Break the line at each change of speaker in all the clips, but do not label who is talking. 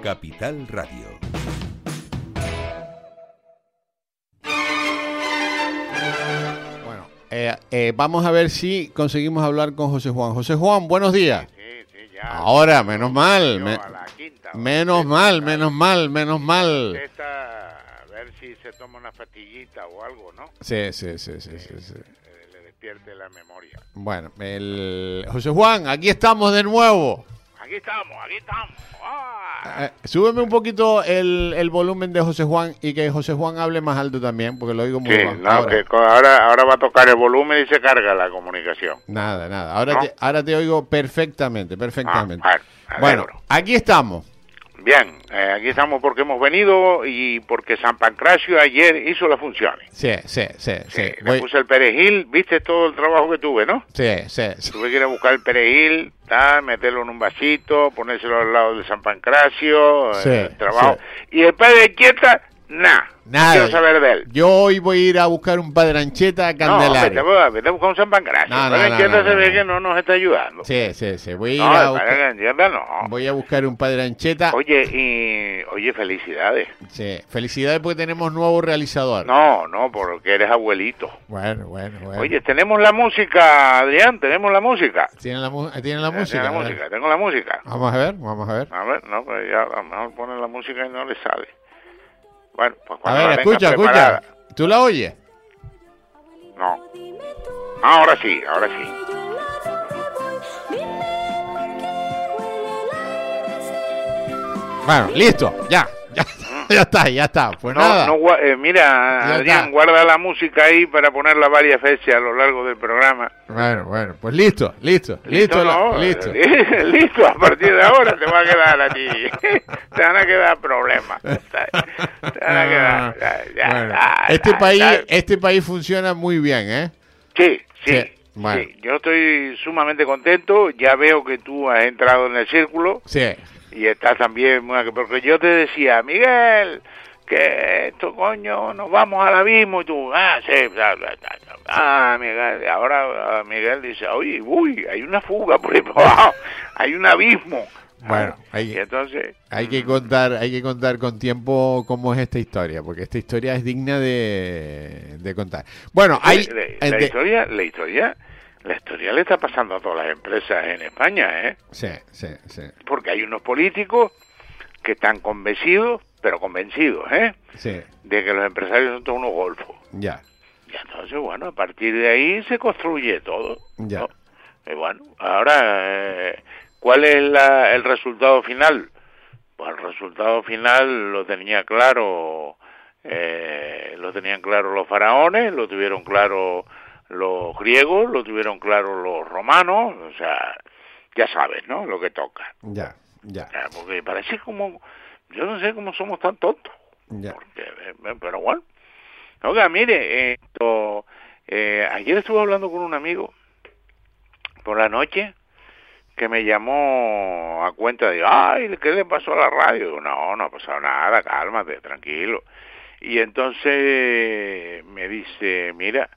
Capital Radio.
Bueno, eh, eh, vamos a ver si conseguimos hablar con José Juan. José Juan, buenos días.
Sí, sí, ya.
Ahora, menos Ah, mal.
Yo
me-
a la quinta, ¿vale?
menos
Usted
mal,
está-
menos mal, menos
usted
mal.
está- a ver si se toma una pastillita o algo, ¿no?
Sí, sí, sí, sí, sí, sí.
Eh, le despierte la memoria.
Bueno, el... José Juan, aquí estamos de nuevo.
Aquí estamos, aquí estamos. ¡Ah!
Eh, súbeme un poquito el, el volumen de José Juan y que José Juan hable más alto también, porque lo oigo muy
Sí,
bajo.
no,
Ahora.
que co- ahora, ahora va a tocar el volumen y se carga la comunicación.
Nada, nada. Ahora,
¿No?
te, ahora te oigo perfectamente, perfectamente.
Ah, bueno, me
bueno,
alegro.
aquí estamos.
Bien, eh, aquí estamos porque hemos venido y porque San Pancracio ayer hizo las funciones.
Sí, sí, sí, sí.
Eh, le
Voy-
puse el perejil, viste todo el trabajo que tuve, ¿no?
sí, sí, sí.
Tuve que ir a buscar el perejil, tal, meterlo en un vasito, ponérselo al lado de San Pancracio,
Sí,
eh, el trabajo. Y el padre de quieta, nada.
Nada.
Quiero saber de él.
Yo hoy voy a ir a buscar un padrancheta a
No,
Candelaria.
vete a- vete a buscar un San Pancracio.
No, no,
el padre
no,
de Quieta
no,
se
no,
ve
no.
que no nos está ayudando.
Sí, sí, sí. Voy a ir
no,
a
el
buscar,
padre de Quieta no.
voy a buscar un padrancheta.
Oye, y, oye, felicidades.
Sí. Felicidades porque tenemos nuevo realizador.
No, no, porque eres abuelito.
Bueno, bueno, bueno.
Oye, tenemos la música, Adrián, tenemos la música.
¿Tiene la, mu- tiene la
Eh,
música?
la
A ver.
música, tengo la música.
Vamos a ver, vamos a ver.
A ver, no, pues ya a lo mejor pone la música y no le sale. Bueno, pues
A
cuando la
ver,
tenga
escucha,
preparada.
escucha. ¿Tú la oyes?
No. Ahora sí, ahora sí.
Bueno, listo, ya, ya, ya está, ya está. Pues
Mm. No,
nada.
no, gua- eh, mira,
Ya
Adrián,
está.
guarda la música ahí para ponerla varias veces a lo largo del programa.
Bueno, bueno, pues listo, listo, listo, la-
no?
listo.
Listo, a partir de ahora te va a quedar a ti. te van a quedar problemas. Te van a quedar. ya, ya,
Ah, Bueno,
ya,
este
ya,
país,
ya.
este país funciona muy bien, ¿eh?
Sí, sí.
Sí, bueno.
sí. Yo estoy sumamente contento. Ya veo que tú has entrado en el círculo.
Sí,
Y está también, bueno, porque yo te decía, Miguel, que esto, coño, nos vamos al abismo y tú, ah, sí, bla, bla, bla, bla. ah, Miguel, y ahora ah, Miguel dice, oye, uy, hay una fuga por ahí para abajo, hay un abismo.
Bueno,
Ah,
hay-
y entonces,
hay que contar, hay que contar con tiempo cómo es esta historia, porque esta historia es digna de, de contar. Bueno, hay
la- la,
eh,
la
de-
historia, la historia, la historia le está pasando a todas las empresas en España, ¿eh?
sí, sí, sí,
Porque hay unos políticos que están convencidos, pero convencidos, ¿eh?
sí,
De que los empresarios son todos unos golfos.
ya,
Y entonces, bueno, a partir de ahí se construye todo.
Ya.
¿no? Y bueno, ahora, eh, ¿cuál es la- el resultado final? Pues el resultado final lo tenía claro, eh, lo tenían claro los faraones, lo tuvieron claro los griegos, lo tuvieron claro los romanos, o sea, ya sabes, ¿no? Lo que toca.
ya, ya,
O sea, Porque parece como, yo no sé cómo somos tan tontos.
ya.
Porque, eh, eh, pero bueno. Oiga, mire, eh, esto, eh, ayer estuve hablando con un amigo por la noche que me llamó a cuenta de, ay, ¿qué le pasó a la radio? Digo, no, no ha pasado nada, cálmate, tranquilo. Y entonces me dice, mira,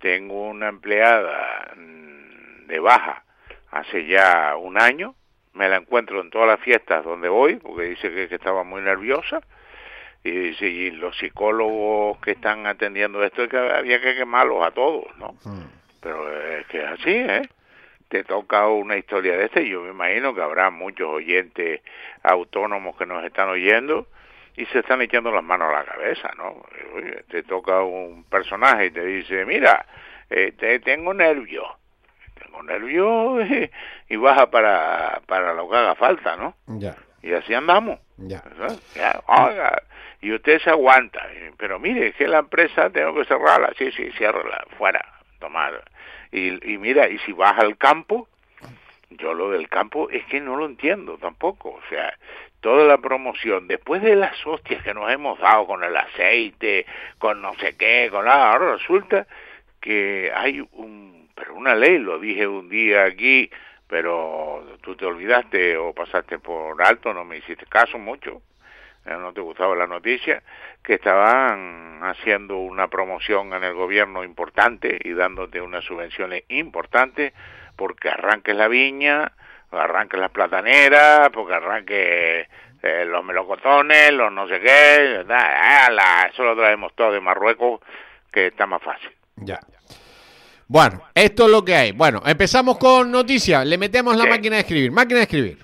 tengo una empleada mm, de baja hace ya un año, me la encuentro en todas las fiestas donde voy, porque dice que- que estaba muy nerviosa, y dice, y los psicólogos que están atendiendo esto es que había que quemarlos a todos, ¿no?
Mm.
Pero es que es así, ¿eh? Te toca una historia de este, yo me imagino que habrá muchos oyentes autónomos que nos están oyendo y se están echando las manos a la cabeza, ¿no? Oye, te toca un personaje y te dice, mira, eh, te tengo nervios, tengo nervios y baja para, para lo que haga falta, ¿no?
Ya,
Y así andamos.
ya.
¿verdad? Ya, oiga, y usted se aguanta. Eh, Pero mire, es que la empresa tengo que cerrarla. Sí, sí, ciérrala, fuera, tomar. Y, y mira, y si vas al campo, yo lo del campo es que no lo entiendo tampoco. O sea, toda la promoción, después de las hostias que nos hemos dado con el aceite, con no sé qué, con nada, ahora resulta que hay un, pero una ley, lo dije un día aquí, pero tú te olvidaste o pasaste por alto, no me hiciste caso mucho, eh, no te gustaba la noticia, que estaban haciendo una promoción en el gobierno importante y dándote unas subvenciones importantes porque arranques la viña, arranques las plataneras, porque arranques eh, los melocotones, los no sé qué, nada, ala, eso lo traemos todo de Marruecos, que está más fácil.
Ya. Bueno, esto es lo que hay. Bueno, empezamos con noticias. Le metemos la
Sí.
máquina de escribir. Máquina de escribir.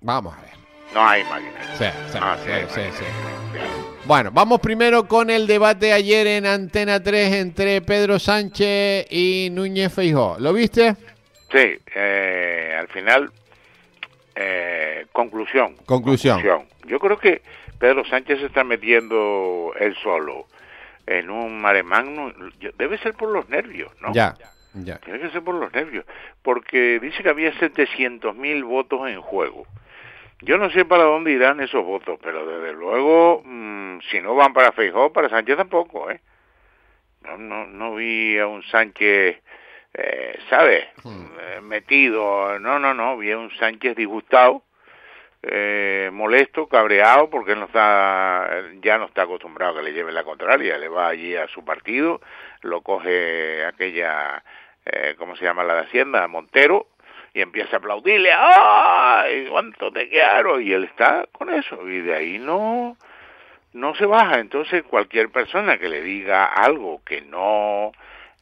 Vamos a ver.
No hay máquina.
Sí, sí,
Ah,
sí,
hay
sí,
máquina.
sí.
Bien.
Bueno, vamos primero con el debate ayer en Antena 3 entre Pedro Sánchez y Núñez Feijó. ¿Lo viste?
Sí, eh, al final, eh, conclusión.
Conclusión.
Yo creo que Pedro Sánchez se está metiendo él solo en un mare magnum. Yo- Debe ser por los nervios, ¿no?
Ya, ya.
Tiene que ser por los nervios, porque dice que había 700.000 votos en juego. Yo no sé para dónde irán esos votos, pero desde luego, mm, si no van para Feijóo, para Sánchez tampoco, ¿eh? No, no, no vi a un Sánchez, eh, ¿sabes? Eh, Metido, no, no, no, vi a un Sánchez disgustado, eh, molesto, cabreado, porque él no está, ya no está acostumbrado a que le lleven la contraria, le va allí a su partido, lo coge aquella, eh, ¿cómo se llama la de Hacienda? Montero, y empieza a aplaudirle, ¡ay, cuánto te quiero! Y él está con eso, y de ahí no, no se baja. Entonces cualquier persona que le diga algo que no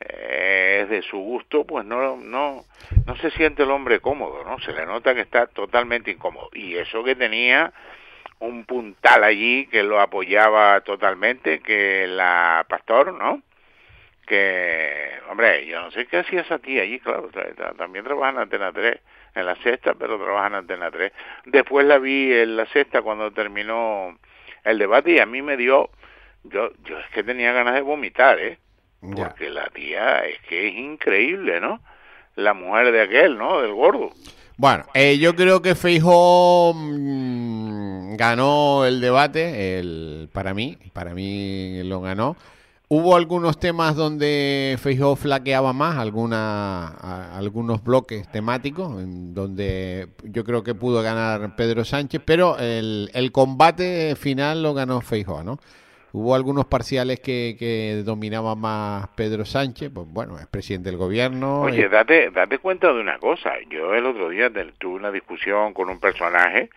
eh, es de su gusto, pues no, no, no se siente el hombre cómodo, ¿no? Se le nota que está totalmente incómodo. Y eso que tenía un puntal allí que lo apoyaba totalmente, que la pastor, ¿no? Que, hombre, yo no sé qué hacía esa tía allí, claro, tra- tra- también trabaja en Antena 3, en la sexta, pero trabaja en Antena 3. Después la vi en la sexta cuando terminó el debate y a mí me dio, yo, yo es que tenía ganas de vomitar, ¿eh?
ya.
Porque la tía es que es increíble, ¿no? La mujer de aquel, ¿no? Del gordo.
Bueno, eh, yo creo que Feijó ganó el debate, el, para mí, para mí lo ganó. Hubo algunos temas donde Feijó flaqueaba más, alguna, a- algunos bloques temáticos, en donde yo creo que pudo ganar Pedro Sánchez, pero el, el combate final lo ganó Feijó, ¿no? Hubo algunos parciales que, que dominaba más Pedro Sánchez, pues bueno, es presidente del gobierno.
Oye,
es-
date, date cuenta de una cosa. Yo el otro día te- tuve una discusión con un personaje,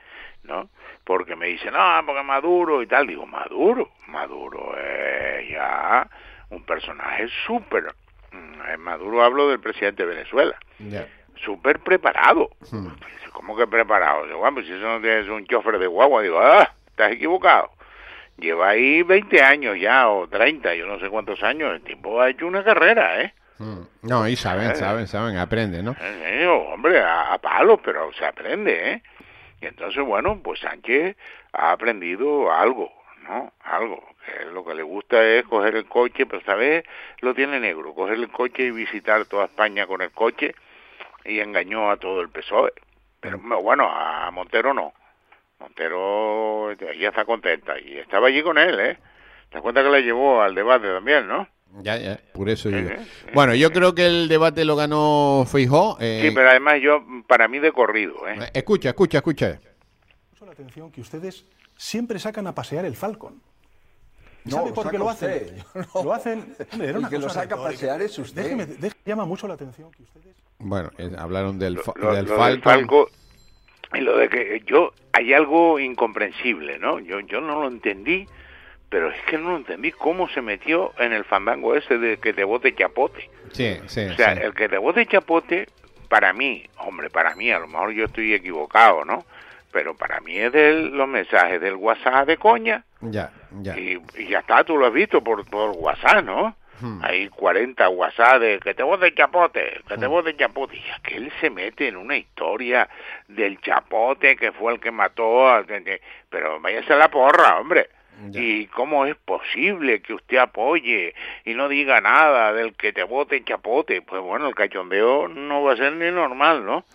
¿no? Porque me dice, no, porque Maduro y tal. Digo, Maduro, Maduro es ya un personaje súper. mm, En Maduro hablo del presidente de Venezuela.
ya.
súper preparado. Dice, ¿Cómo que preparado? Digo, "Ah, pues si eso no tienes un chofer de guagua, digo, ah, estás equivocado. Lleva ahí 20 años ya, o 30, yo no sé cuántos años, el tipo ha hecho una carrera, ¿eh?
Mm. No, y saben, saben, saben, aprende, ¿no?
En serio, Eh, hombre, a, a palos, pero se aprende, ¿eh? Y entonces, bueno, pues Sánchez ha aprendido algo, ¿no? Algo. Que lo que le gusta es coger el coche, pero esta vez lo tiene negro, coger el coche y visitar toda España con el coche y engañó a todo el PSOE. E. Pero bueno, a Montero no. Montero ella está contenta y estaba allí con él, ¿eh? Te das cuenta que la llevó al debate también, ¿no?
Ya, ya, por eso yo.
Ujú,
Bueno, yo creo que el debate lo ganó Feijó. eh,
Sí, pero además yo, para mí de corrido, ¿eh?
Escucha, escucha, escucha.
mucho la atención que ustedes siempre sacan a pasear el Falcon.
No,
¿Sabe
lo
por qué
saca
lo hacen?
usted. Yo no.
Lo hacen. Hombre, era
El
una
que lo
cosa
saca a
retórica.
pasear es usted.
Déjeme, déjeme- llama mucho la atención que ustedes.
Bueno, eh, hablaron del, fa-
lo,
del
lo del
Falcon.
Falco y lo de que yo hay algo incomprensible, ¿no? Yo yo no lo entendí, pero es que no lo entendí cómo se metió en el fandango ese de que te bote chapote.
Sí, sí,
O sea,
sí.
el que te bote chapote para mí, hombre, para mí a lo mejor yo estoy equivocado, ¿no? Pero para mí es de los mensajes del WhatsApp de coña.
Ya, ya.
Y, y ya está, tú lo has visto por, por WhatsApp, ¿no?
Hmm.
Hay 40 WhatsApp de que te voy del chapote, que te
Hmm.
voy del chapote. Y aquel se mete en una historia del chapote que fue el que mató. al- de- de- Pero váyase a la porra, hombre.
Ya.
¿Y cómo es posible que usted apoye y no diga nada del que te vote en chapote? Pues bueno, el cachondeo no va a ser ni normal, ¿no?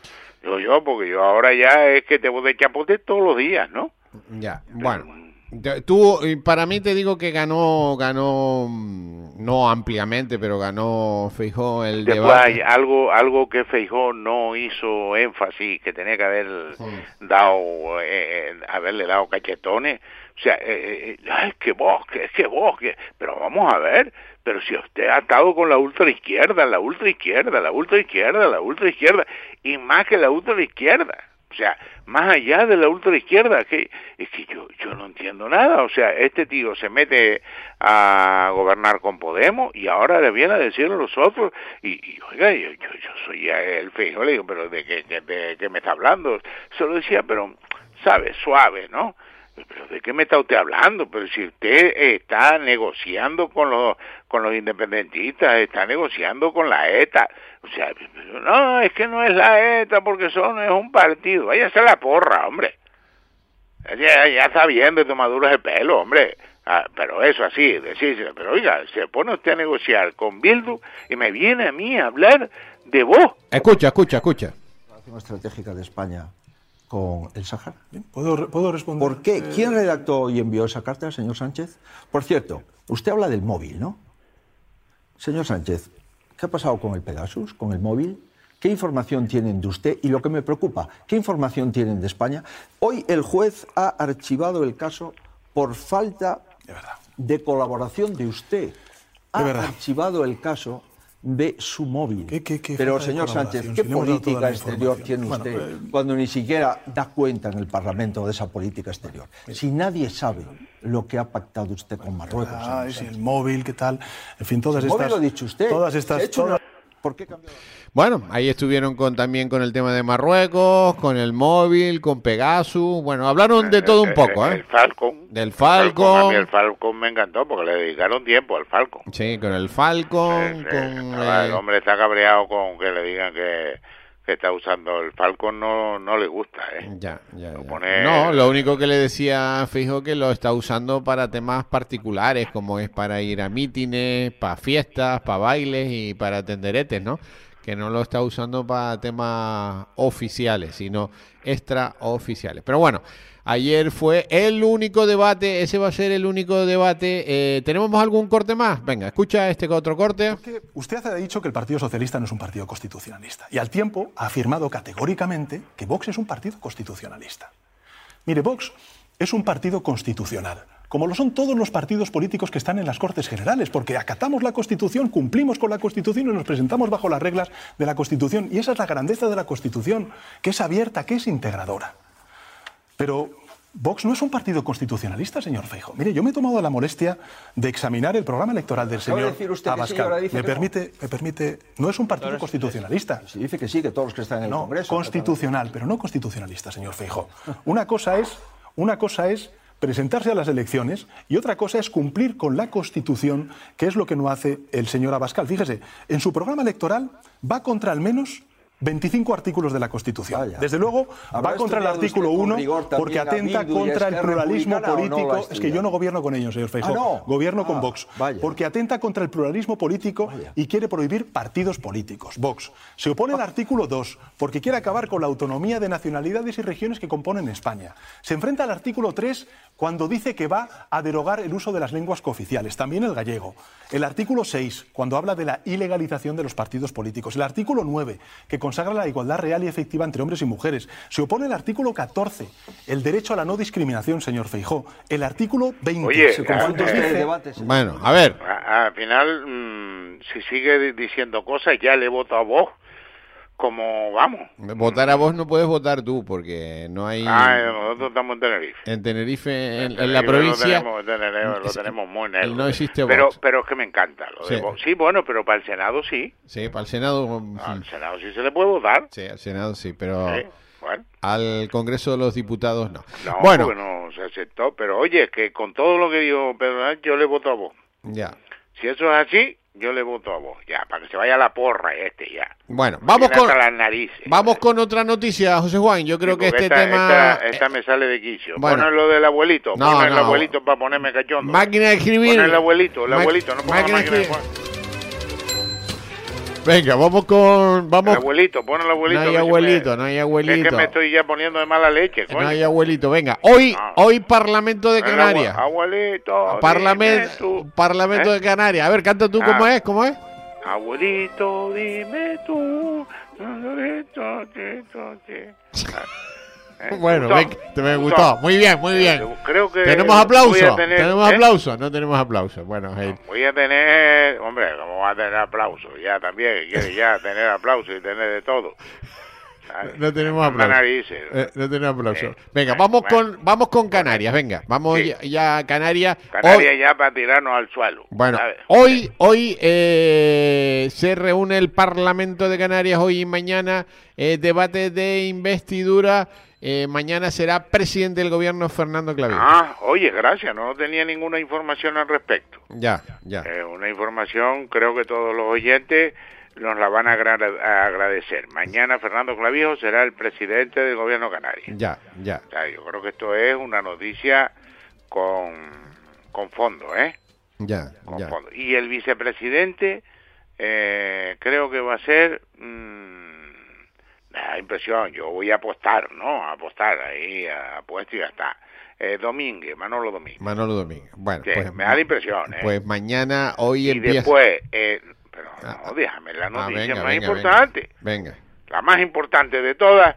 Digo yo, porque yo ahora ya es que te vote en chapote todos los días, ¿no?
Ya, bueno. Te- Tú, eh, para mí te digo que ganó, ganó, mm, no ampliamente, pero ganó Feijó el
Después hay
debate.
algo, algo que Feijó no hizo énfasis, que tenía que haber dado, eh, haberle dado cachetones. O sea, eh, eh, ay, que vos, que, que vos, que... pero vamos a ver, pero si usted ha estado con la ultra izquierda, la ultra izquierda, la ultra izquierda, la ultra izquierda, y más que la ultra izquierda. O sea, más allá de la ultraizquierda, que es que yo, yo no entiendo nada. O sea, este tío se mete a gobernar con Podemos y ahora le viene a decir a los otros, y, y, oiga, yo, yo, yo soy el fijo, le digo, pero ¿de qué, de- de qué me está hablando? Se lo decía, pero, ¿sabe? Suave, ¿no? ¿Pero de qué me está usted hablando? Pero si usted está negociando con los con los independentistas, está negociando con la ETA. O sea, no, es que no es la ETA porque son es un partido. Vaya a ser la porra, hombre. Ya, ya está bien de tomaduras de pelo, hombre. Ah, pero eso así, decirse, pero oiga, se pone usted a negociar con Bildu y me viene a mí a hablar de vos.
Escucha, escucha, escucha.
relación estratégica de España con el Sahara.
Bien, ¿Puedo, re- puedo responder?
¿Por qué?
Eh,
¿Quién redactó y envió esa carta, señor Sánchez? Por cierto, usted habla del móvil, ¿no? Señor Sánchez, ¿qué ha pasado con el Pegasus, con el móvil? ¿Qué información tienen de usted? Y lo que me preocupa, ¿qué información tienen de España? Hoy el juez ha archivado el caso por falta de colaboración de usted. Ha
De verdad.
archivado el caso de su móvil.
¿Qué- qué- qué
Pero,
falta de
señor
colaboración?
Sánchez,
Si
¿qué
le hemos dado toda la
política exterior
información.
tiene
Bueno,
usted
eh,
cuando ni siquiera da cuenta en el Parlamento de esa política exterior? Si nadie sabe lo que ha pactado usted con Marruecos.
Ah,
señor
es
Sánchez.
el móvil, ¿qué tal? En fin, todas
Móvil
estas...
lo ha dicho usted.
Todas
Se ha
estas...
hecho una-
todas-
¿Por qué cambió?
Bueno, ahí estuvieron con también con el tema de Marruecos, con el móvil, con Pegasus. Bueno, hablaron de todo un poco,
El
¿eh?
Falcon.
Del
El A mí
Falcon.
el Falcon me encantó porque le dedicaron tiempo al Falcon.
Sí, con el
Eh,
Falcon,
eh,
con...
estaba-
eh,
el hombre está cabreado con que le digan que, que está usando el Falcon, no, no le gusta, ¿eh?
Ya, ya, ya.
pone-
No, lo único que le decía Fijo que lo está usando para temas particulares, como es para ir a mítines, para fiestas, para bailes y para tenderetes, ¿no? Que no lo está usando para temas oficiales, sino extraoficiales. Pero bueno, ayer fue el único debate, ese va a ser el único debate. Eh, ¿Tenemos algún corte más? Venga, escucha este otro corte.
Que usted ha dicho que el Partido Socialista no es un partido constitucionalista y al tiempo ha afirmado categóricamente que Vox es un partido constitucionalista. Mire, Vox es un partido constitucional, como lo son todos los partidos políticos que están en las Cortes Generales, porque acatamos la Constitución, cumplimos con la Constitución y nos presentamos bajo las reglas de la Constitución. Y esa es la grandeza de la Constitución, que es abierta, que es integradora. Pero Vox no es un partido constitucionalista, señor Feijo. Mire, yo me he tomado la molestia de examinar el programa electoral del
Acaba de
señor
decir usted que sí,
Abascal.
ahora dice
me
que no.
permite, me permite, no es un partido constitucionalista.
Si dice que sí, que todos los que están en el
No,
Congreso.
constitucional, pero no constitucionalista, señor Feijo. Una cosa es, una cosa es presentarse a las elecciones y otra cosa es cumplir con la Constitución, que es lo que no hace el señor Abascal. Fíjese, en su programa electoral va contra al menos 25 artículos de la Constitución.
Vaya.
Desde luego,
¿Habrá
va contra el
estudiado
artículo
usted con
1
rigor también
porque
a
atenta
Bildu y a
contra el
Esquerra
pluralismo
Republicana, ¿o no lo ha
político. es que yo
estudiado?
no gobierno con ellos, señor Feijo.
Ah, ¿no?
Gobierno con
Ah,
Vox.
vaya.
Porque atenta contra el pluralismo político y quiere prohibir partidos políticos. Vox se opone al artículo 2 porque quiere acabar con la autonomía de nacionalidades y regiones que componen España. Se enfrenta al artículo 3 cuando dice que va a derogar el uso de las lenguas cooficiales, también el gallego. El artículo 6 cuando habla de la ilegalización de los partidos políticos. El artículo 9 que consagra la igualdad real y efectiva entre hombres y mujeres. Se opone al artículo 14, el derecho a la no discriminación, señor Feijó. El artículo 20
Oye,
Se
cuando
confunde
eh,
usted
dice-
el debate, señor.
Bueno, a ver.
A- al final, mm, si sigue di- diciendo cosas, ya le voto a vos. Como vamos.
Votar a vos no puedes votar tú, porque no hay...
Ah, eh, nosotros estamos en Tenerife.
En Tenerife, en, en
Tenerife
la provincia.
Lo tenemos, tenemos- lo
es-
tenemos muy negro.
No existe
pero,
Vox.
pero es que me encanta lo de
Sí.
Vox. Sí, bueno, pero para el Senado sí.
Sí, para el Senado. mm,
Al Senado Ah, sí se le puede votar.
Sí, al Senado sí, pero
Sí, Bueno.
al Congreso de los Diputados no.
No,
bueno,
porque no se aceptó. Pero oye, que con todo lo que dijo Pedro Sánchez, yo le voto a vos.
ya.
Si eso es así, yo le voto a vos, ya, para que se vaya a la porra este, ya.
Bueno, vamos
Tiene
con,
hasta las narices.
vamos con otra noticia, José Juan. Yo creo
Sí,
que
porque
este
esta,
tema...
Esta, esta me sale de quicio.
bueno.
Poner lo del abuelito.
No,
poner el
no.
abuelito para ponerme cachondo.
Máquina de escribir.
Poner el abuelito, el
Ma-
abuelito, no ponga
máquina de
máquina de
escribir.
Juan.
Venga, vamos con...
El
Vamos.
abuelito, pon el
No
abuelito.
hay
que se me-
abuelito, no hay
Es que
abuelito.
me estoy ya poniendo de mala leche, coño.
No hay abuelito. Venga, hoy,
No.
hoy Parlamento de
El abue-
Canarias.
Abuelito. dime
Parlamento,
tú.
Parlamento
¿Eh?
de Canarias. A ver, canta tú
Ah.
cómo es, cómo es.
Abuelito, dime tú. Abuelito, tito, tito. Eh,
Bueno,
gustó,
venga, te me gustó. Muy bien, muy bien.
Eh, Creo que
Tenemos
voy a
aplauso.
tener-
Tenemos
¿eh?
aplauso. No tenemos aplauso. Bueno, hey.
Voy a tener, hombre, como va a tener aplauso, ya también, quiere ya tener aplauso y tener de todo. ¿sabes?
No tenemos
Manda
aplauso.
narices.
Eh, no tenemos aplauso.
Eh,
Venga,
bueno,
vamos
bueno.
con vamos con Canarias. Venga, vamos
Sí.
ya, ya a Canarias.
Canarias
Hoy-
ya para tirarnos al suelo.
oh. bueno, oh,
¿sabes?
hoy hoy eh, se reúne el Parlamento de Canarias hoy y mañana eh, debate de investidura. Eh, mañana será presidente del gobierno Fernando Clavier.
Ah, oye, gracias, no tenía ninguna información al respecto.
Ya, ya.
Eh, una información, creo que todos los oyentes nos la van a, agra- a agradecer. Mañana Fernando Clavijo será el presidente del gobierno canario.
Ya, ya.
O sea, yo creo que esto es una noticia con, con fondo, ¿eh?
Ya,
con
ya.
fondo. Y el vicepresidente eh, creo que va a ser... mm, da impresión, yo voy a apostar, ¿no? A apostar, ahí apuesto y ya está. Eh, Domínguez, Manolo Domínguez.
Manolo Domínguez. Bueno,
Sí,
pues,
me da la impresión, ¿eh?
Pues mañana, hoy
y
empieza.
después, eh, pero
Ah, ah.
no, déjame la
Ah,
noticia
venga,
más
venga,
importante.
Venga. venga.
La más importante de todas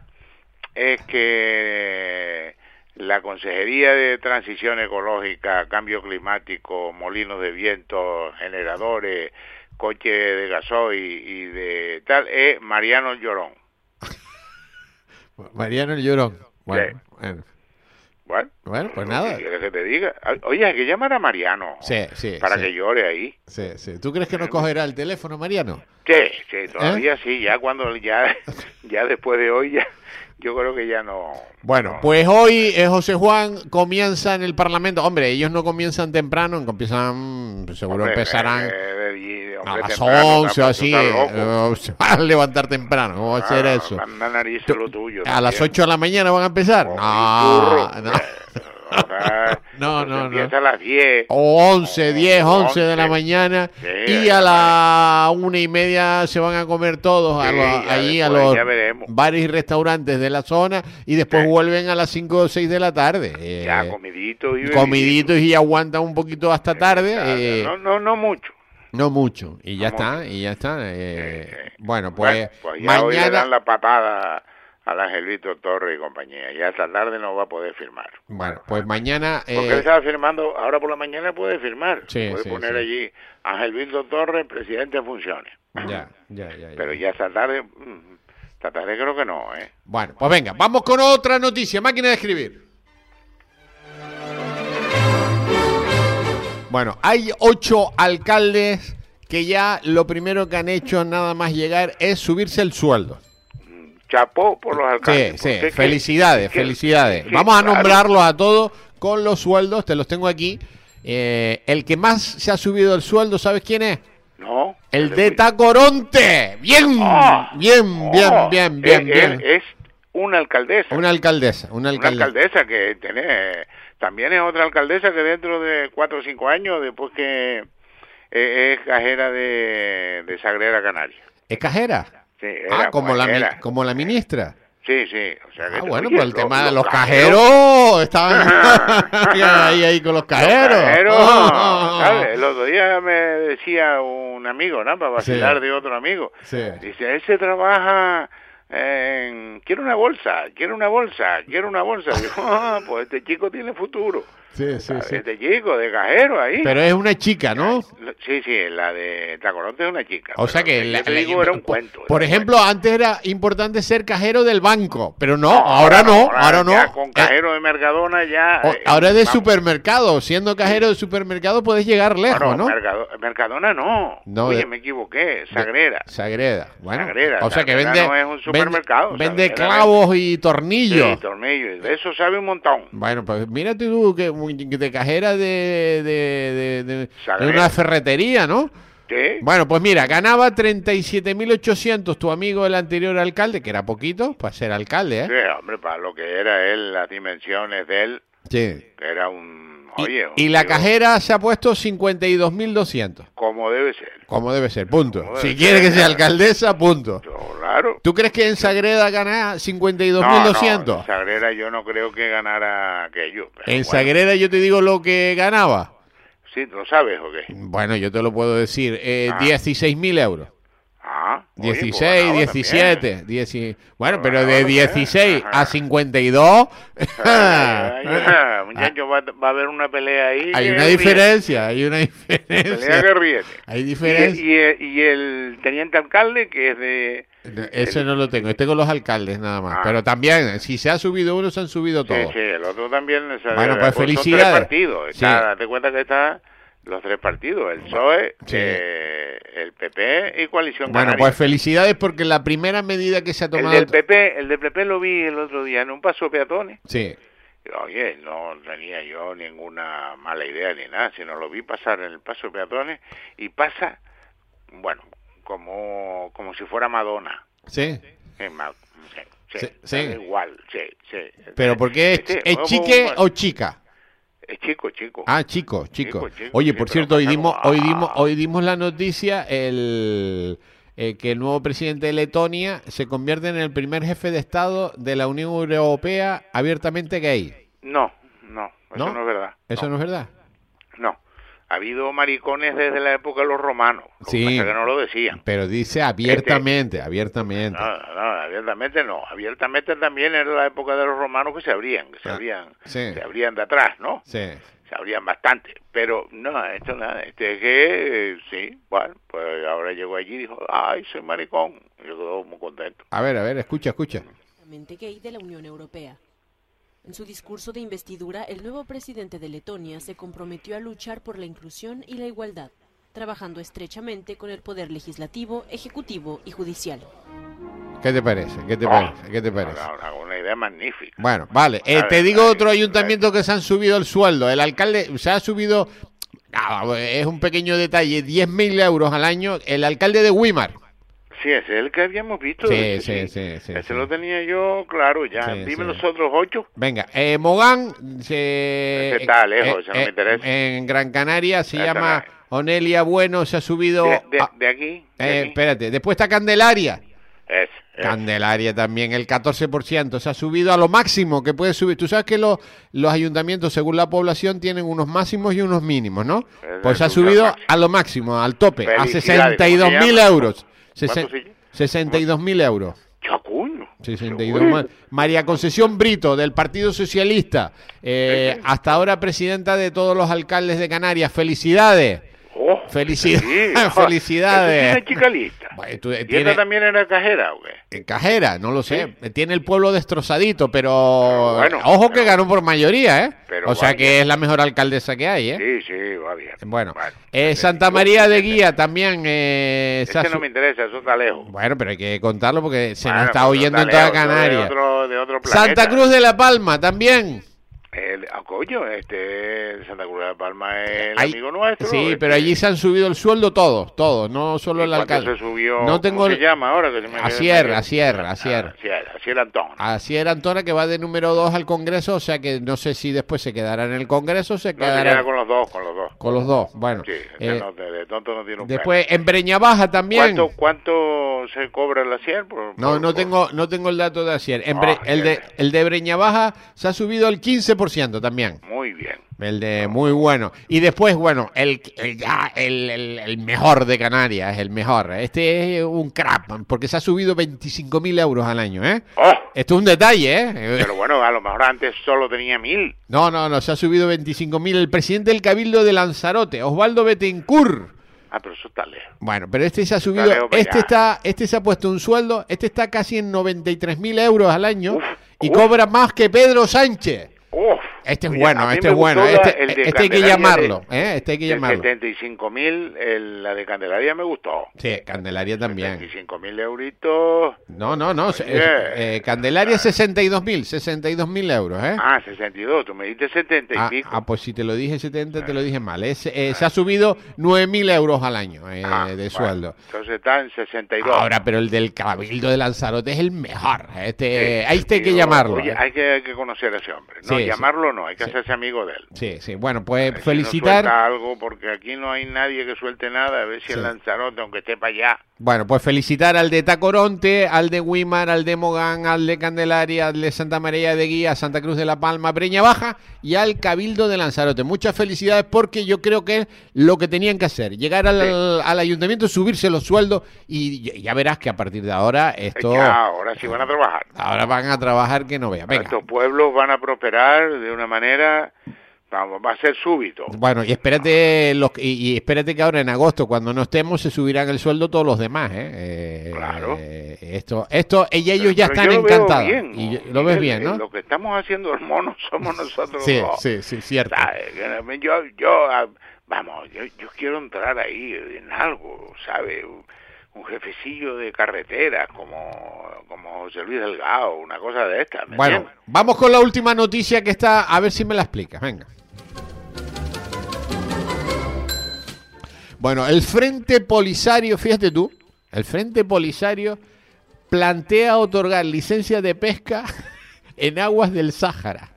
es que la Consejería de Transición Ecológica, Cambio Climático, Molinos de Viento, Generadores, Coche de Gasoil y de tal, es Mariano Llorón.
Mariano el Llorón. Bueno, bueno.
Bueno,
Bueno, pues
¿qué
nada.
quieres que te diga? Ah, Oye, hay que llamar a Mariano
Sí, sí.
para
sí,
que llore ahí.
sí, sí. ¿Tú crees que no cogerá el teléfono, Mariano?
Sí, sí,
¿Eh?
todavía sí, ya cuando ya, ya después de hoy ya, yo creo que ya no.
Bueno,
no.
pues hoy eh, José Juan comienza en el Parlamento. Hombre, ellos no comienzan temprano, empiezan, seguro
Hombre,
empezarán
eh, eh, eh,
a
hombre,
las
temprano,
11 o
tampoco
así.
estás loco.
eh, se van a levantar temprano, ¿cómo va a ser
Ah,
eso?
Manda narices lo tuyo.
¿A las
también.
8 de la mañana van a empezar?
Como un
No,
churro.
no.
Ahora,
No, no,
entonces
no.
Empieza a las 10.
O 11, 10, 11 de la
11.
mañana.
Oh, Sí,
Y
ahí
a
va.
la una y media se van a comer todos a
Sí,
los-
ya
allí a
después,
los
ya veremos.
bares y restaurantes de la zona. Y después
Sí.
vuelven a las 5 o 6 de la tarde. eh,
Ya, comidito y
comiditos y aguantan un poquito hasta tarde.
bebidito.
eh,
No,
no,
no, no mucho.
mucho. Y ya
No
está, y ya está. eh,
Sí, sí.
Bueno, pues,
pues ya hoy le dan
mañana.
la patada al Angelito Torres y compañía. Ya esta tarde no va a poder firmar.
Bueno, pues mañana.
Porque
eh,
él estaba firmando, ahora por la mañana puede firmar.
Sí,
puede
sí,
poner
sí.
allí Ángel Víctor Torres, presidente de funciones.
ya, ya, ya, ya.
Pero ya esta tarde, mm, esta tarde creo que no, ¿eh?
Bueno, pues venga, vamos con otra noticia, máquina de escribir. Bueno, hay ocho alcaldes que ya lo primero que han hecho nada más llegar es subirse el sueldo.
Chapó por los
Sí,
alcaldes.
sí,
porque es que-
felicidades,
es que-
felicidades.
sí,
Vamos a
claro.
nombrarlos a todos con los sueldos, te los tengo aquí. Eh, el que más se ha subido el sueldo, ¿sabes quién es?
No.
El
de
Teta Coronte. Bien,
pues. Ah,
bien, bien,
oh,
bien,
es-
bien,
Es,
bien.
es una alcaldesa.
Una alcaldesa, una
Una
alcaldesa.
alcaldesa que tiene, también es otra alcaldesa que dentro de cuatro o cinco años, después que eh, es cajera de, de Sagrera Canaria.
¿Es cajera?
Sí,
ah,
era
como la, mi-
cajera.
como la ministra.
Sí, sí. O sea que-
Ah, bueno,
oye,
pues el
lo-
tema de los
cajeros,
cajeros. Estaban ahí, ahí con los cajeros.
Cajeros,
Oh.
¿sabes? El otro día me decía un amigo, ¿no? Para
Sí.
vacilar de otro amigo.
Sí.
Dice, ese trabaja en... Quiero una bolsa, quiero una bolsa, quiero una bolsa. Digo, "Ah, pues este chico tiene futuro.
Sí, sí, sí.
Este chico de cajero ahí.
Pero es una chica, ¿no?
Sí, sí, la de Tacoronte es una chica.
O sea
pero
que...
lo
la-
yo te
la-
digo era un
por,
cuento.
por
era un
ejemplo, antes era importante ser cajero del banco, pero no,
cuento.
ahora no, ahora
ya
no.
con
Eh,
cajero de Mercadona ya...
o-
eh,
ahora es de
vamos.
supermercado, siendo cajero de supermercado puedes llegar lejos,
Bueno,
¿no?
Mercado- Mercadona no.
No, eh,
Oye,
de-
me equivoqué. Sagrera.
Sagreda. Bueno,
Sagrera,
o sea que
Sagrera
vende,
no es un
vende-
supermercado,
vende,
Sagrera
clavos y
Sí,
tornillos.
tornillo. y De eso sabe un montón.
bueno, pues mírate tú que que de cajera de, de, de- de- de
Sagrera.
una ferretería, ¿no?
¿Qué?
Bueno, pues mira, ganaba 37.800 tu amigo el anterior alcalde, que era poquito para ser alcalde,
Sí,
¿eh?
hombre, para lo que era él, las dimensiones de él,
Sí.
que era un...
Y-
Oye,
y
un
la
tío
cajera se ha puesto 52.200,
Como debe ser.
como debe ser, punto.
Como debe
Si quiere que
ser.
sea alcaldesa, punto.
Claro.
¿Tú crees que en Sagreda gana
No, no,
52.200?
Sagrera yo no creo que ganara aquello. pero
En
bueno.
Sagreda yo te digo lo que ganaba.
Sí, ¿lo sabes o qué?
Bueno, yo te lo puedo decir, eh,
Ah.
16.000 euros.
Ah, oye, pues
16,
ganaba
17,
también.
10, bueno,
Pues
pero
ganaba
de
también,
16
ajá.
a 52
Ay, ay, ay,
Ah,
Muchacho, va, va a haber una pelea ahí.
hay
que
una
ríe.
diferencia, hay una
Pelea que
diferencia.
ríete.
Hay
Y,
diferencia.
y el- y el teniente alcalde, que es de...
Ese no lo tengo, tengo los alcaldes nada más,
Ah.
pero también si se ha subido uno se han subido
Sí,
todos.
sí, el otro también. o sea,
Bueno, pues
Son tres
felicidades.
partidos. Está,
Sí.
Date cuenta que están los tres partidos: el PSOE,
Sí.
E, eh, el PP y Coalición
Bueno,
Canaria.
pues felicidades porque la primera medida que se ha
el
tomado
del PP, el del PP lo vi el otro día en un paso de peatones.
Sí.
Y, Oye, no tenía yo ninguna mala idea ni nada, sino lo vi pasar en el paso de peatones y pasa, bueno, como, como si fuera Madonna.
Sí.
Es ma- sí, sí,
Sí, sí.
da igual, sí, sí.
Pero porque es,
Este,
es
vamos,
chique
vamos,
o chica?
es chico, chico.
Ah, chico, chico.
Chico, chico,
Oye,
sí,
por
pero
cierto, hoy
pasa
dimos,
como-
hoy dimos, hoy dimos la noticia el eh, que el nuevo presidente de Letonia se convierte en el primer jefe de Estado de la Unión Europea abiertamente gay.
No, no, eso
¿No?
no, es verdad.
¿Eso no, es verdad?
No. Ha habido maricones desde la época de los romanos. Lo que
Sí.
pasa es que no lo decían.
Pero
Este-
dice abiertamente, abiertamente.
No, no, abiertamente no. Abiertamente también era la época de los romanos que se abrían, que se
Ah,
abrían,
sí.
se abrían de atrás, ¿no?
Sí.
Se abrían bastante. Pero no, esto nada. Este es que, eh, sí, bueno, pues ahora llegó allí y dijo, ay, soy maricón. Y yo quedo muy contento.
A ver, a ver, escucha, escucha.
abiertamente gay de la Unión Europea. En su discurso de investidura, el nuevo presidente de Letonia se comprometió a luchar por la inclusión y la igualdad, trabajando estrechamente con el poder legislativo, ejecutivo y judicial.
¿Qué te parece? ¿Qué te
Ah,
parece? ¿Qué te parece?
Una, una idea magnífica.
Bueno, vale. Eh,
A
te
ver,
digo
ahí,
otro
ahí.
ayuntamiento que se han subido el sueldo. El alcalde se ha subido, ah, es un pequeño detalle, 10.000 euros al año. El alcalde de Wimar.
Sí, ese es el que habíamos visto.
Sí,
de hecho,
sí, sí, sí,
Ese
sí.
lo tenía yo claro ya.
Sí, sí.
Dime los otros ocho.
Venga, eh, Mogán. Se,
Ese está lejos, ese no me
eh,
interesa.
En Gran Canaria se
Ese
llama
no es.
Onelia Bueno, se ha subido.
De, de-
ah,
de aquí. de
eh,
aquí.
espérate, después está Candelaria.
Ese, ese.
Candelaria también, el 14%. Se ha subido a lo máximo que puede subir. Tú sabes que los, los ayuntamientos, según la población, tienen unos máximos y unos mínimos, ¿no?
Eh,
Pues se ha
tú sabes.
subido a lo máximo, al tope, a
Felicidades, ¿cómo se
62.000
llama?
euros.
¿Cuánto
Sesen-
se llama?
62.000 euros.
Chacuño.
62 más. María Concesión Brito, del Partido Socialista, eh,
Sí, sí.
hasta ahora presidenta de todos los alcaldes de Canarias. Felicidades.
Oh,
Felicidades,
sí.
felicidades.
Esa sí Es una chica lista.
Bueno, tú- eh,
¿Y
tiene-
esta también era cajera o qué?
En Cajera, no lo sé. Tiene el pueblo destrozadito, pero
bueno,
ojo que
pero-
ganó por mayoría, ¿eh?
Pero
O sea
vaya.
que es la mejor alcaldesa que hay, ¿eh?
Sí, sí, va bien.
Bueno, eh, Santa
Yo-
María de Guía también. Eh, se ha
Ese Este no
su-
me interesa, eso está lejos.
Bueno, pero hay que contarlo porque se
Bueno,
nos está
pero
oyendo
está
en toda
lejos, eso
Canarias.
De otro, de otro planeta.
Santa Cruz de la Palma también.
El, ah, coño, este Santa Cruz de la Palma es el
Ahí-
amigo nuestro.
sí,
este.
pero allí se han subido el sueldo todos, todos, no solo
¿Y
el
cuánto
alcalde.
se subió?
no tengo
¿Cómo
el-
se llama ahora? Que se me-
Asier,
me-
Asier,
Ah,
Asier.
Asier, Asier Antón.
Así era Antona que va de número 2 al Congreso, o sea que no sé si después se quedará en el Congreso o se
no, se
quedará
queda con los dos, con los dos.
con los dos. Bueno,
Sí, este
eh,
no, de, de tonto no tiene un
después
pelo.
en Breña Baja también.
¿Cuánto, ¿Cuánto se cobra el Asier? Por,
No,
por-
no
por-
tengo, no tengo el dato de Asier. En
Ah,
Bre- el, de,
bien.
el de Breña Baja se ha subido el 15% también.
Muy bien.
El de
Ah.
muy bueno. Y después, bueno, el, el, ya, el, el- el mejor de Canarias, el mejor. Este es un crap, porque se ha subido 25.000 euros al año, ¿eh?
¡Oh!
Esto es un detalle, ¿eh?
Pero bueno, a lo mejor antes solo tenía mil.
No, no, no, se ha subido 25.000. El presidente del Cabildo de Lanzarote, Osvaldo Betancourt.
Ah, pero eso está lejos.
Bueno, pero este se ha subido,
Dale, hombre,
este
ya.
está, este se ha puesto un sueldo, este está casi en 93.000 euros al año
Uf,
y
uf.
cobra más que Pedro Sánchez.
¡Uf!
Este es
Oye, a
bueno,
mí
este
me
es bueno.
gustó la-
Este,
el de
este hay que
Candelaria
llamarlo.
de-
¿eh? Este hay que
El
llamarlo.
75.000, el- la de Candelaria me gustó.
Sí, Candelaria también.
75.000 euritos.
No, no, no. se-
Oye.
eh, eh, Candelaria 62.000, 62.000 euros, ¿eh?
Ah, 62, tú me diste 70 y
Ah,
pico.
ah, pues si te lo dije 70,
Ah.
te lo dije mal. Es, eh, se ha subido 9.000 euros al año eh,
Ah,
de
bueno,
sueldo.
entonces está en 62.
Ahora, pero el del Cabildo de Lanzarote es el mejor. Este, ahí este hay que
Digo,
llamarlo.
Oye,
¿eh?
hay que, hay que conocer a ese hombre. No,
Sí, sí.
llamarlo no, hay que
Sí.
hacerse amigo de él.
Sí, sí. Bueno, pues
A ver si nos
felicitar.
suelta algo, porque aquí no hay nadie que suelte nada. A ver si
Sí.
el Lanzarote, aunque esté para allá.
Bueno, pues felicitar al de Tacoronte, al de Guimar, al de Mogán, al de Candelaria, al de Santa María de Guía, Santa Cruz de la Palma, Breña Baja y al Cabildo de Lanzarote. Muchas felicidades porque yo creo que es lo que tenían que hacer, llegar al, al ayuntamiento, subirse los sueldos y ya- ya verás que a partir de ahora esto...
Eh, Ya, ahora sí van a trabajar.
Ahora van a trabajar que no veas. Venga.
Estos pueblos van a prosperar de una manera, vamos, va a ser súbito.
Bueno, y espérate los, y, y espérate que ahora en agosto, cuando no estemos, se subirán el sueldo todos los demás. ¿eh? Eh,
Claro.
eh, esto, esto, y ellos ya
Pero
están
yo lo veo
encantados.
bien,
Y yo-
¿no?
lo ves
El-
bien,
el-
¿no?
Lo que estamos haciendo el mono somos nosotros
Sí,
dos.
sí, sí, cierto.
¿Sabes? Que Yo, yo, ah, vamos, yo, yo quiero entrar ahí en algo, ¿sabes? Un- Un jefecillo de carretera como, como José Luis Delgado, una cosa de esta. ¿me
Bueno,
entiendes?
vamos con la última noticia que está, a ver si me la explicas, venga. Bueno, el Frente Polisario, fíjate tú, el Frente Polisario plantea otorgar licencia de pesca en aguas del Sáhara.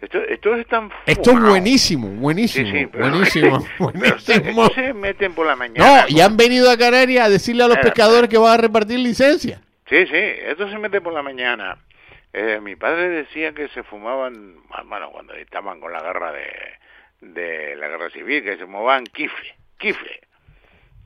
Esto, esto es tan.
Esto es
fumado.
buenísimo, buenísimo,
Sí, sí, pero-
buenísimo,
pero
buenísimo.
se- se meten por la mañana.
No, y han venido a Canarias a decirle a los
Espera,
pescadores que van a repartir licencia.
Sí, sí, esto se mete por la mañana. Eh, mi padre decía que se fumaban, ah, bueno, cuando estaban con la guerra de, de la guerra civil, que se fumaban kife, kife,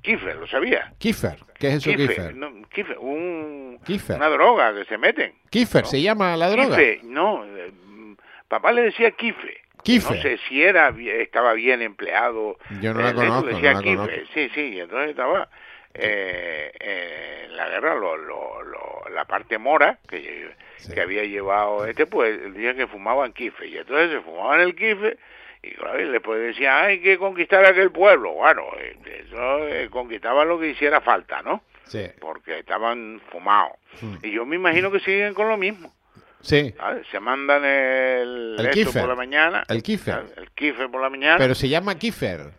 kife, ¿lo sabía?
Kiefer, ¿qué es eso Kiefer?
no, kife, un,
Kiefer.
una droga que se meten.
Kiefer, se llama la droga.
Kife, no, eh, mm, papá le decía kife.
Kife.
No sé si era bi- estaba bien empleado.
Yo no la
Eh, eso
conozco,
decía
no la
kife.
conozco.
Sí, sí, y entonces estaba eh, eh, en la guerra lo- lo- lo- la parte mora que, lle-
Sí.
que había llevado este, pues el día que fumaban kife. Y entonces se fumaban el kife y claro, y después decían, "Ah, hay que conquistar aquel pueblo. Bueno, eh, eso eh, conquistaban lo que hiciera falta, ¿no?
Sí,
Porque estaban fumados.
Hmm.
Y yo me imagino que siguen con lo mismo.
sí,
¿sabes? Ah, Se mandan el,
El
esto
kifer.
por la mañana.
El kifer.
¿sabes? El kifer por la mañana.
pero se llama Kiefer,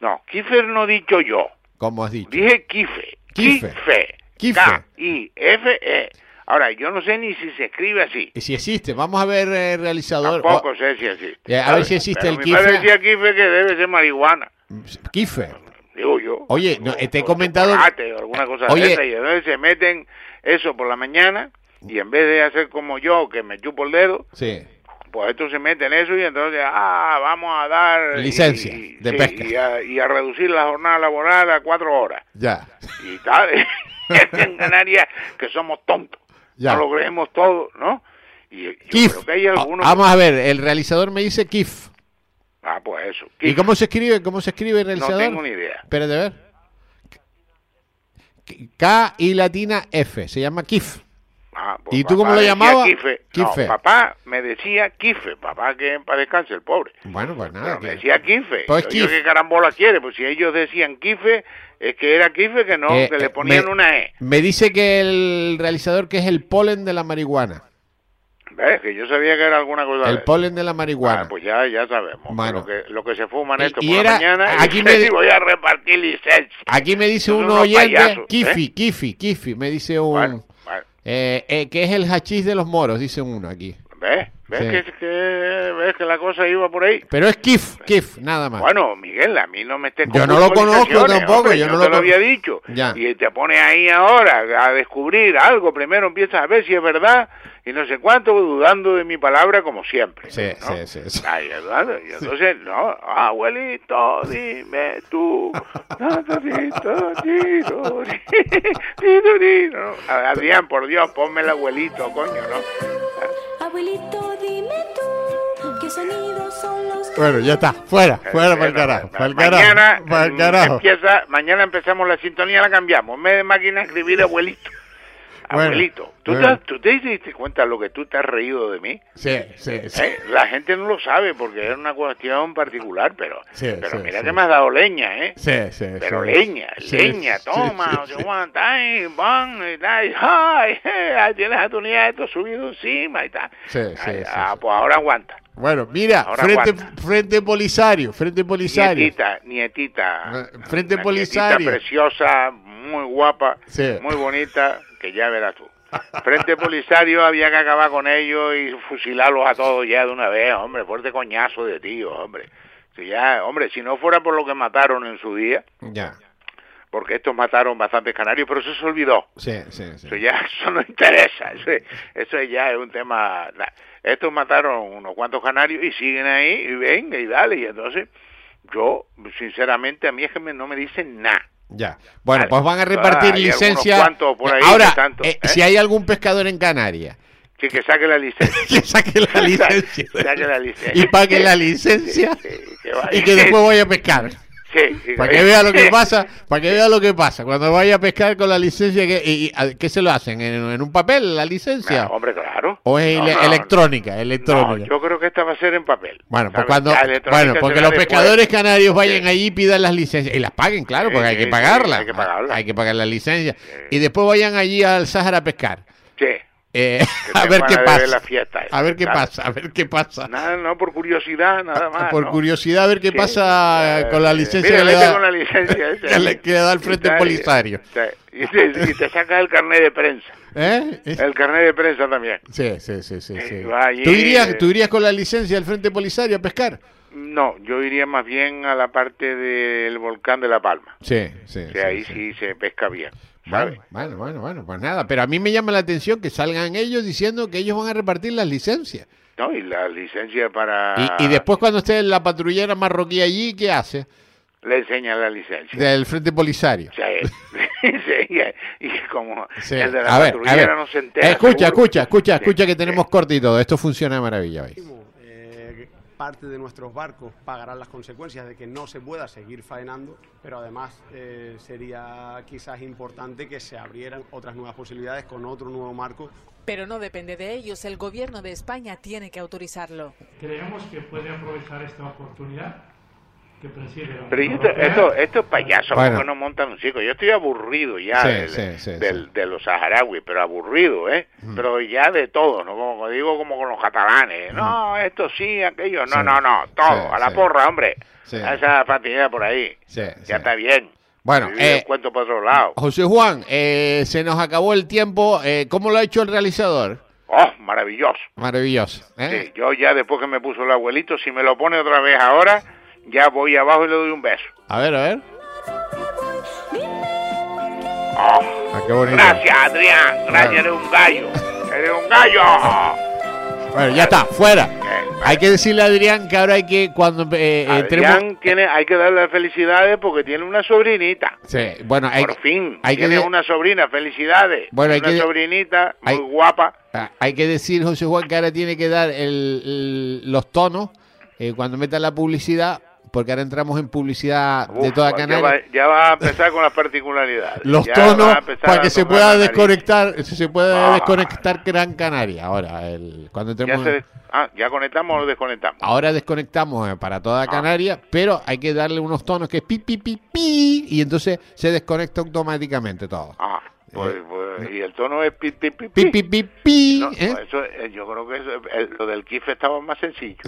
No, kifer no he dicho yo.
como has dicho.
Dije kife.
Kife.
Kife.
Kife.
K-I-F-E. Ahora, yo no sé ni si se escribe así.
Y si existe, vamos a ver eh, realizador.
Tampoco sé si existe.
Eh, a ver
¿sabes?
si existe
Pero
el
mi padre
kife.
decía kife que debe ser marihuana.
Oh, Kiefer.
Digo yo.
Oye, no,
O-
eh, te he
o
comentado-
chocolate o alguna cosa
Oye.
de esa. Y entonces se meten eso por la mañana. Y en vez de hacer como yo, que me chupo el dedo,
Sí.
pues estos se meten eso y entonces, ah, vamos a dar...
Licencia
y- y-
de
sí,
pesca.
Y a, y a reducir la jornada laboral a cuatro horas.
Ya.
Y tal, este en Canarias que somos tontos.
Ya.
No lo creemos todo, ¿no? Y yo
Kif.
creo que hay algunos...
Ah, vamos a ver, el realizador me dice Kif.
Ah, pues eso.
¿Y
Kif.
cómo se escribe? ¿Cómo se escribe el
no
realizador?
tengo ni idea.
Espérate, a ver. K- K y latina F, se llama KIF.
Ah,
¿Y tú
papá
cómo lo
decía
llamabas?
Kife. No,
Kife.
papá me decía Kife. Papá que en paz descanse, el pobre.
Bueno, pues nada.
Pero me
que-
decía Kife.
Pues
Yo, yo,
Kife.
¿Qué carambola quiere? Pues si ellos decían Kife, es que era Kife que no,
Eh,
que
eh,
le ponían
me-
una E.
Me dice que el realizador que es el polen de la marihuana.
¿Ves? Que yo sabía que era alguna cosa de
El
eso.
polen de la marihuana.
Ah, pues ya, ya sabemos.
Bueno.
Lo, que, lo que se fuman
Y-
esto
y
por
era-
la mañana
aquí
y
me-
dice, voy a repartir licencia.
Aquí me dice
Son
uno
unos
oyente,
payasos, ¿eh?
Kifi, Kifi, Kifi, me dice un...
Bueno, bueno,
eh, eh, que es el hachís de los moros, dice uno aquí.
¿Ves? ¿Ves,
Sí.
que, que- ¿Ves que la cosa iba por ahí?
Pero es Kif, Kif, nada más.
Bueno, Miguel, a mí no me estés con
Yo no lo conozco
puntualizaciones,
tampoco,
hombre,
yo no
te
lo
lo había
conozco.
dicho.
Ya.
Y te pones ahí ahora a descubrir algo, primero empiezas a ver si es verdad y no sé cuánto, dudando de mi palabra como siempre.
Sí,
¿no?
sí, sí, sí.
Ay, Eduardo, y entonces, no, abuelito, dime tú, tatatito, tiruri, tiruri, no, Adrián, por Dios, ponme el abuelito, coño, ¿no?
Abuelito, dime tú, ¿qué sonidos son los que
Bueno, ya está, fuera, fuera para el
Bueno,
carajo,
ma-
para el
Eh, mañana,
carajo, para el
mm,
carajo.
Empieza, mañana empezamos la sintonía, la cambiamos. En vez de máquina, escribir abuelito.
Bueno,
abuelito, ¿tú,
bueno.
te, has- tú te diste cuenta lo que tú te has reído de mí?
Sí, sí, sí.
¿Eh? La gente no lo sabe porque es una cuestión particular, pero,
Sí,
pero
sí,
mira
sí.
que me has dado leña, ¿eh?
Sí, sí,
Pero
sí.
leña,
Sí,
leña,
sí,
toma,
sí,
no sé
sí.
cuánto, ay, van, y tal, y, ay, je, ahí tienes a tu nieto subido encima y tal.
Sí, sí,
Ay,
sí,
ah,
sí.
pues ahora aguanta.
Bueno, mira,
Ahora
frente,
aguanta.
frente Polisario, frente Polisario.
Nietita, nietita.
Eh, Frente
Una
Polisario.
Nietita preciosa, muy guapa,
Sí.
muy bonita, que ya verás tú. Frente Polisario había que acabar con ellos y fusilarlos a todos ya de una vez, hombre, fuerte coñazo de tío, hombre. Si ya, hombre, si no fuera por lo que mataron en su día,
Ya,
porque estos mataron bastantes canarios, pero eso se olvidó.
sí, sí, sí.
Eso ya eso no interesa. Eso, eso ya es un tema. la- estos mataron unos cuantos canarios y siguen ahí y venga y dale. Y entonces, yo, sinceramente, a mí es que me- no me dicen nada.
Ya. Bueno,
Vale.
pues van a repartir
Ah, hay algunos
licencias.
cuantos por ahí
Ahora,
que tanto,
eh,
¿eh?
si hay algún pescador en Canarias
Así que saque la licencia.
que saque la licencia
Saque la licencia.
y pague la licencia
Sí, que vaya.
y que después vaya a pescar.
Sí, sí,
Para que vea lo que pasa, para que vea lo que pasa. Cuando vaya a pescar con la licencia, que, y- y- a- ¿qué se lo hacen? ¿En, en un papel la licencia?
Nah, hombre, claro.
¿O es
No,
ele-
no,
electrónica?
No,
electrónica.
yo creo que esta va a ser en papel.
Bueno, pues
¿sabes?
cuando,
Ya electrónica
bueno, porque
será
los
después.
pescadores canarios vayan
Sí.
allí y pidan las licencias. Y las paguen, claro,
Sí,
porque hay
sí,
que
sí,
pagarlas.
hay que pagarlas.
Hay que pagar la licencia. Y después vayan allí al Sahara a pescar.
Sí,
Eh,
Que
a
te
ver
van
qué
a deber
pasa.
la fiesta esa,
a ver qué
claro.
pasa, a ver qué pasa.
nada, no, por curiosidad, nada más.
Ah, Por
¿no?
curiosidad, a ver qué
Sí,
pasa
eh,
con la licencia
mira,
que le
vete
da,
con la licencia esa. ¿eh?
que le- que le da el frente
Y tal,
Polisario.
y tal. Y te, y te sacas el carnet de prensa.
¿Eh? Es-
El carnet de prensa también.
Sí, sí, sí, sí. sí.
Eh, va allí,
¿Tú, irías,
eh.
tú irías con la licencia del Frente Polisario a pescar?
No, yo iría más bien a la parte del volcán de La Palma.
Sí, sí.
Que
sí,
ahí
sí.
sí. se pesca bien. ¿sabes?
Bueno, bueno, bueno, bueno, pues nada, pero a mí me llama la atención que salgan ellos diciendo que ellos van a repartir las licencias.
No, y la licencia para...
Y, y después cuando esté la patrullera marroquí allí, ¿qué hace?
Le enseñan la licencia.
Del Frente Polisario.
Sí, sí, y y como
Sí,
el de la
a ver, a
patrullera
ver.
no se entera.
escucha,
seguro.
escucha, escucha,
Sí,
escucha que
sí.
tenemos corte y todo. Esto funciona de maravilla, ¿veis?
Eh, parte de nuestros barcos pagarán las consecuencias de que no se pueda seguir faenando, pero además eh, sería quizás importante que se abrieran otras nuevas posibilidades con otro nuevo marco
Pero no depende de ellos, el gobierno de España tiene que autorizarlo.
Creemos que puede aprovechar esta oportunidad que preside la
Pero y
Unión
esto,
Europea.
esto, estos payasos
Bueno.
¿cómo que no montan un circo. Yo estoy aburrido ya
Sí,
del-
sí, sí,
del-
sí. Mm.
de los saharauis, pero aburrido, ¿eh? Pero ya de todo, ¿no? Como como digo, como con los catalanes. No, esto sí, aquello. No,
Mm. Sí.
no, no. Todo.
Sí,
a la
sí.
porra, hombre.
Sí.
A esa fatigada por ahí.
Sí, sí.
Ya está bien.
Bueno,
Vivir el
eh,
cuento por otro lado.
José Juan, eh, se nos acabó el tiempo. Eh, ¿Cómo lo ha hecho el realizador?
Oh, maravilloso.
Maravilloso. ¿eh?
Sí, yo ya después que me puso el abuelito, si me lo pone otra vez ahora, ya voy abajo y le doy un beso.
A ver, a ver.
Oh,
Ah, qué bonito.
gracias, Adrián. Gracias, eres un gallo. Eres un gallo.
Bueno, ya está, fuera.
Eh,
Hay que decirle a Adrián que ahora hay que, cuando eh, eh,
Adrián
tenemos...
tiene, hay que darle las felicidades porque tiene una sobrinita.
Sí, bueno, hay,
Por fin,
hay que
tiene
de-
una sobrina, felicidades.
Bueno, hay
una
que-
sobrinita muy
hay-
guapa.
Ah, Hay que decir, José Juan, que ahora tiene que dar el- el- los tonos eh, cuando meta la publicidad, porque ahora entramos en publicidad de
Uf,
toda
ya, va,
Canarias.
ya va a empezar con las particularidades.
Los
Ya va
tonos
a empezar
para
a
que se
tocar
pueda
la nariz.
desconectar, se pueda
Ah.
desconectar Gran Canaria. Ahora, el- cuando
Ya,
entremos,
se des- ah, ¿ya conectamos o desconectamos.
ahora desconectamos eh, para
Ah.
toda Canaria, pero hay que darle unos tonos que es pi pi pi pi y entonces se desconecta automáticamente todo.
Ah, pues-
Eh,
pues, y el tono es pi, pi, pi,
Pi
pi.
pi pi pi.
No,
¿eh?
eso, eh, yo creo que eso- eh, lo del kiff estaba más sencillo.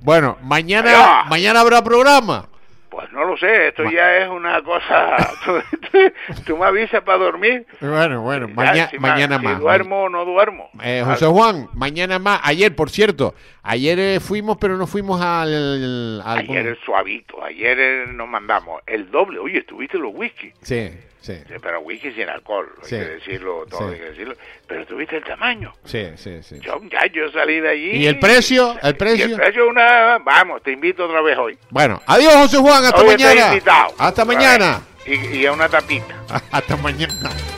Bueno, mañana,
Ah.
mañana habrá programa.
Pues no lo sé, esto ya es una cosa. tú, tú me avisas para dormir.
Bueno, bueno,
Ya,
maña-
si ma-
mañana
si
más.
duermo o no duermo.
Eh, José Juan, mañana más. Ayer, por cierto, ayer eh, fuimos, pero no fuimos al. al-
ayer es suavito, ayer eh, nos mandamos el doble. Oye, estuviste los whisky.
Sí, sí,
Sí, Pero whisky sin alcohol,
Sí.
hay que decirlo, todo
Sí.
hay que decirlo. Pero tuviste el tamaño.
sí, sí. sí.
Yo, ya yo salí de allí.
¿Y el precio? ¿El
Y
precio?
el precio una... Vamos, te invito otra vez hoy.
Bueno, adiós, José Juan, hasta
Hoy estás
mañana.
invitado.
Hasta
Vale.
mañana.
Y, y a una tapita.
Hasta mañana.